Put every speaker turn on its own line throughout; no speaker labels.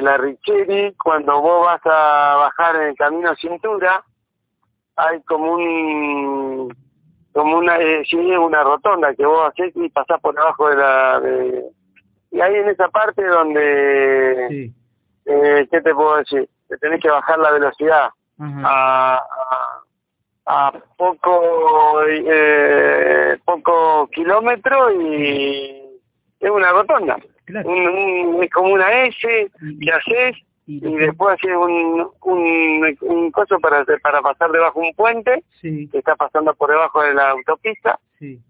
la Richeri, cuando vos vas a bajar en el camino cintura, hay como un como una eh, sí, una rotonda que vos haces y pasás por debajo de la de, y ahí en esa parte donde
Sí.
eh, qué te puedo decir que tenés que bajar la velocidad
Ajá.
a, a- a poco eh, poco kilómetro y es una rotonda
Claro.
un, un- es como una S
Y-
que haces
y-
y después haces un, un, un coso para, para pasar debajo de un puente
Sí,
que está pasando por debajo de la autopista
sí.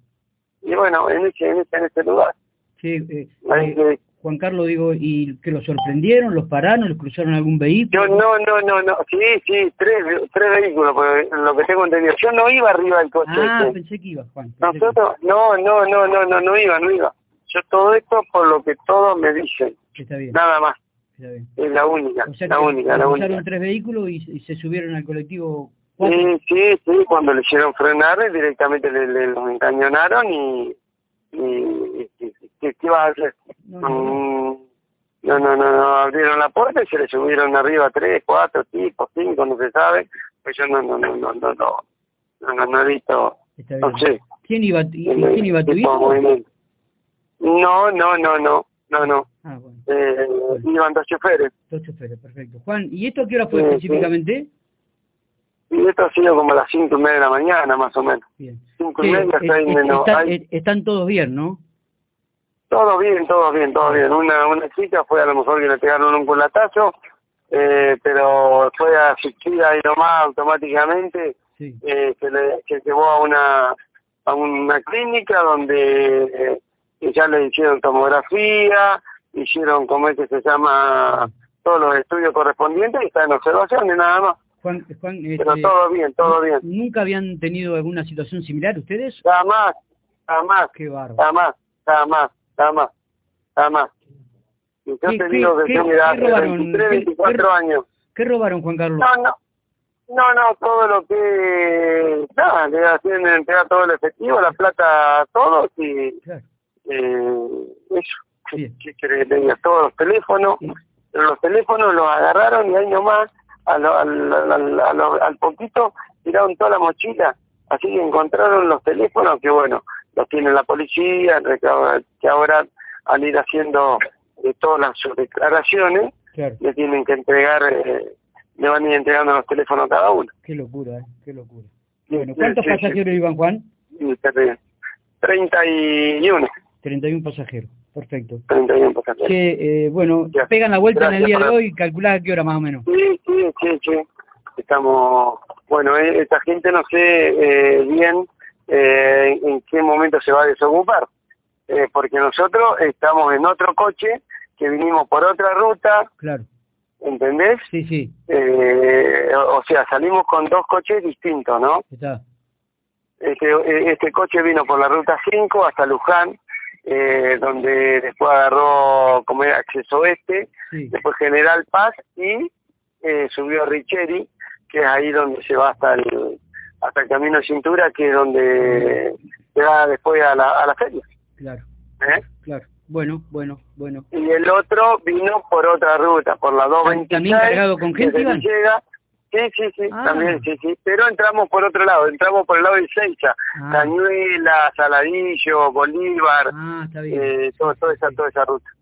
y bueno en ese en ese, en ese lugar
Che, eh,
Ahí
eh,
que-
Juan Carlos, digo, ¿y que los sorprendieron, los pararon, los cruzaron algún
yo
vehículo?
no no no no sí sí tres tres vehículos porque lo que tengo entendido yo no iba arriba del coche
Ah,
ese.
pensé que iba, Juan. pensé que-
nosotros no no no no no no iba no iba yo todo esto por lo que todos me dicen
Está bien,
nada más
está bien.
es la única
O sea
la
que
única la
cruzaron
única Mm,
tres vehículos y, y se subieron al colectivo cuatro.
Sí, sí, sí, cuando le hicieron frenar, eh, directamente le, le- los encañonaron y, y, y- y- ¿qué, qué iba a hacer?
No, no,
Mm, No, no, no, no, abrieron la puerta y se le subieron arriba tres, cuatro tipos, cinco, no se sabe. Pues yo no, no, no, no, no, no, no, no, no he visto,
está bien.
mm, no sé.
¿Quién iba, y- y
el-
quién iba
tipo
tu
de
hijo?
movimiento. No, no, no, no, no, no,
Ah, bueno,
eh, iban dos choferes.
dos choferes, perfecto. Juan, ¿y esto a qué hora fue
Sí, sí.
específicamente?
Y esto ha sido como a las cinco y media de la mañana, más o menos.
Bien.
Cinco
Che,
y media,
eh,
seis
eh,
menos.
están-
hay-
eh, están todos bien, ¿no?
Todo bien, todo bien, todo bien. Una, una chica fue a lo mejor que le pegaron un culatazo, eh, pero fue asistida ahí nomás automáticamente.
Sí,
Eh, se le se llevó a una a una clínica donde eh, que ya le hicieron tomografía, hicieron como es que se llama todos los estudios correspondientes y está en observación y nada más.
Juan, Juan
Pero
este,
todo bien, todo bien.
¿nunca habían tenido alguna situación similar ustedes?
Jamás, jamás,
Qué bárbaro.
jamás, jamás, jamás, jamás. Y yo
¿Qué-
te
qué-
digo que
qué-
yo mira,
qué robaron?
23,
¿Qué-
24
qué-
años.
¿Qué robaron, Juan Carlos?
No, no, no, no, todo lo que, nada, le hacían entregar todo el efectivo, la plata a todos y
Claro.
eh, eso.
Bien.
¿Qué querés que te diga? Todos los teléfonos,
Sí.
los teléfonos los agarraron y ahí nomás, a lo- al, al, al- a lo- al poquito, tiraron toda la mochila. Así que encontraron los teléfonos que, bueno, los tiene la policía, que ahora- que ahora al ir haciendo eh, todas las sus declaraciones,
Claro,
le tienen que entregar, eh, le van a ir entregando los teléfonos a cada uno.
qué locura, ¿eh? qué locura.
Sí,
Bueno,
sí,
¿cuántos
sí, sí.
pasajeros iban, Juan?
Y te ríes. 31,
31 pasajeros, perfecto.
31 por ejemplo.
Che, eh, bueno,
Ya.
pegan la vuelta en el
Gracias,
día de
Fernando.
hoy, calculás a qué hora más o menos.
Sí, sí, sí, sí. Estamos, bueno, eh, esta gente no sé eh, bien eh, en qué momento se va a desocupar, eh, porque nosotros estamos en otro coche que vinimos por otra ruta,
Claro,
¿entendés?
sí, sí,
Eh, o o sea, salimos con dos coches distintos, ¿no?
está.
Este, eh, este coche vino por la ruta 5 hasta Luján, eh, donde después agarró como era acceso este,
Sí,
después General Paz y eh, subió a Richeri, que es ahí donde se va hasta el, hasta el camino de cintura, que es donde se va después a la, a la feria.
claro,
¿eh?
claro. Bueno, bueno, bueno.
Y el otro vino por otra ruta, por la 226.
¿También cargado con gente,
desde
Iván?
que llega- Sí, sí, sí,
Ah.
también, sí, sí. Pero entramos por otro lado, entramos por el lado de Seiza,
Ah.
Cañuela, Saladillo, Bolívar,
Ah, está bien.
eh, todo- toda, esa, toda esa ruta.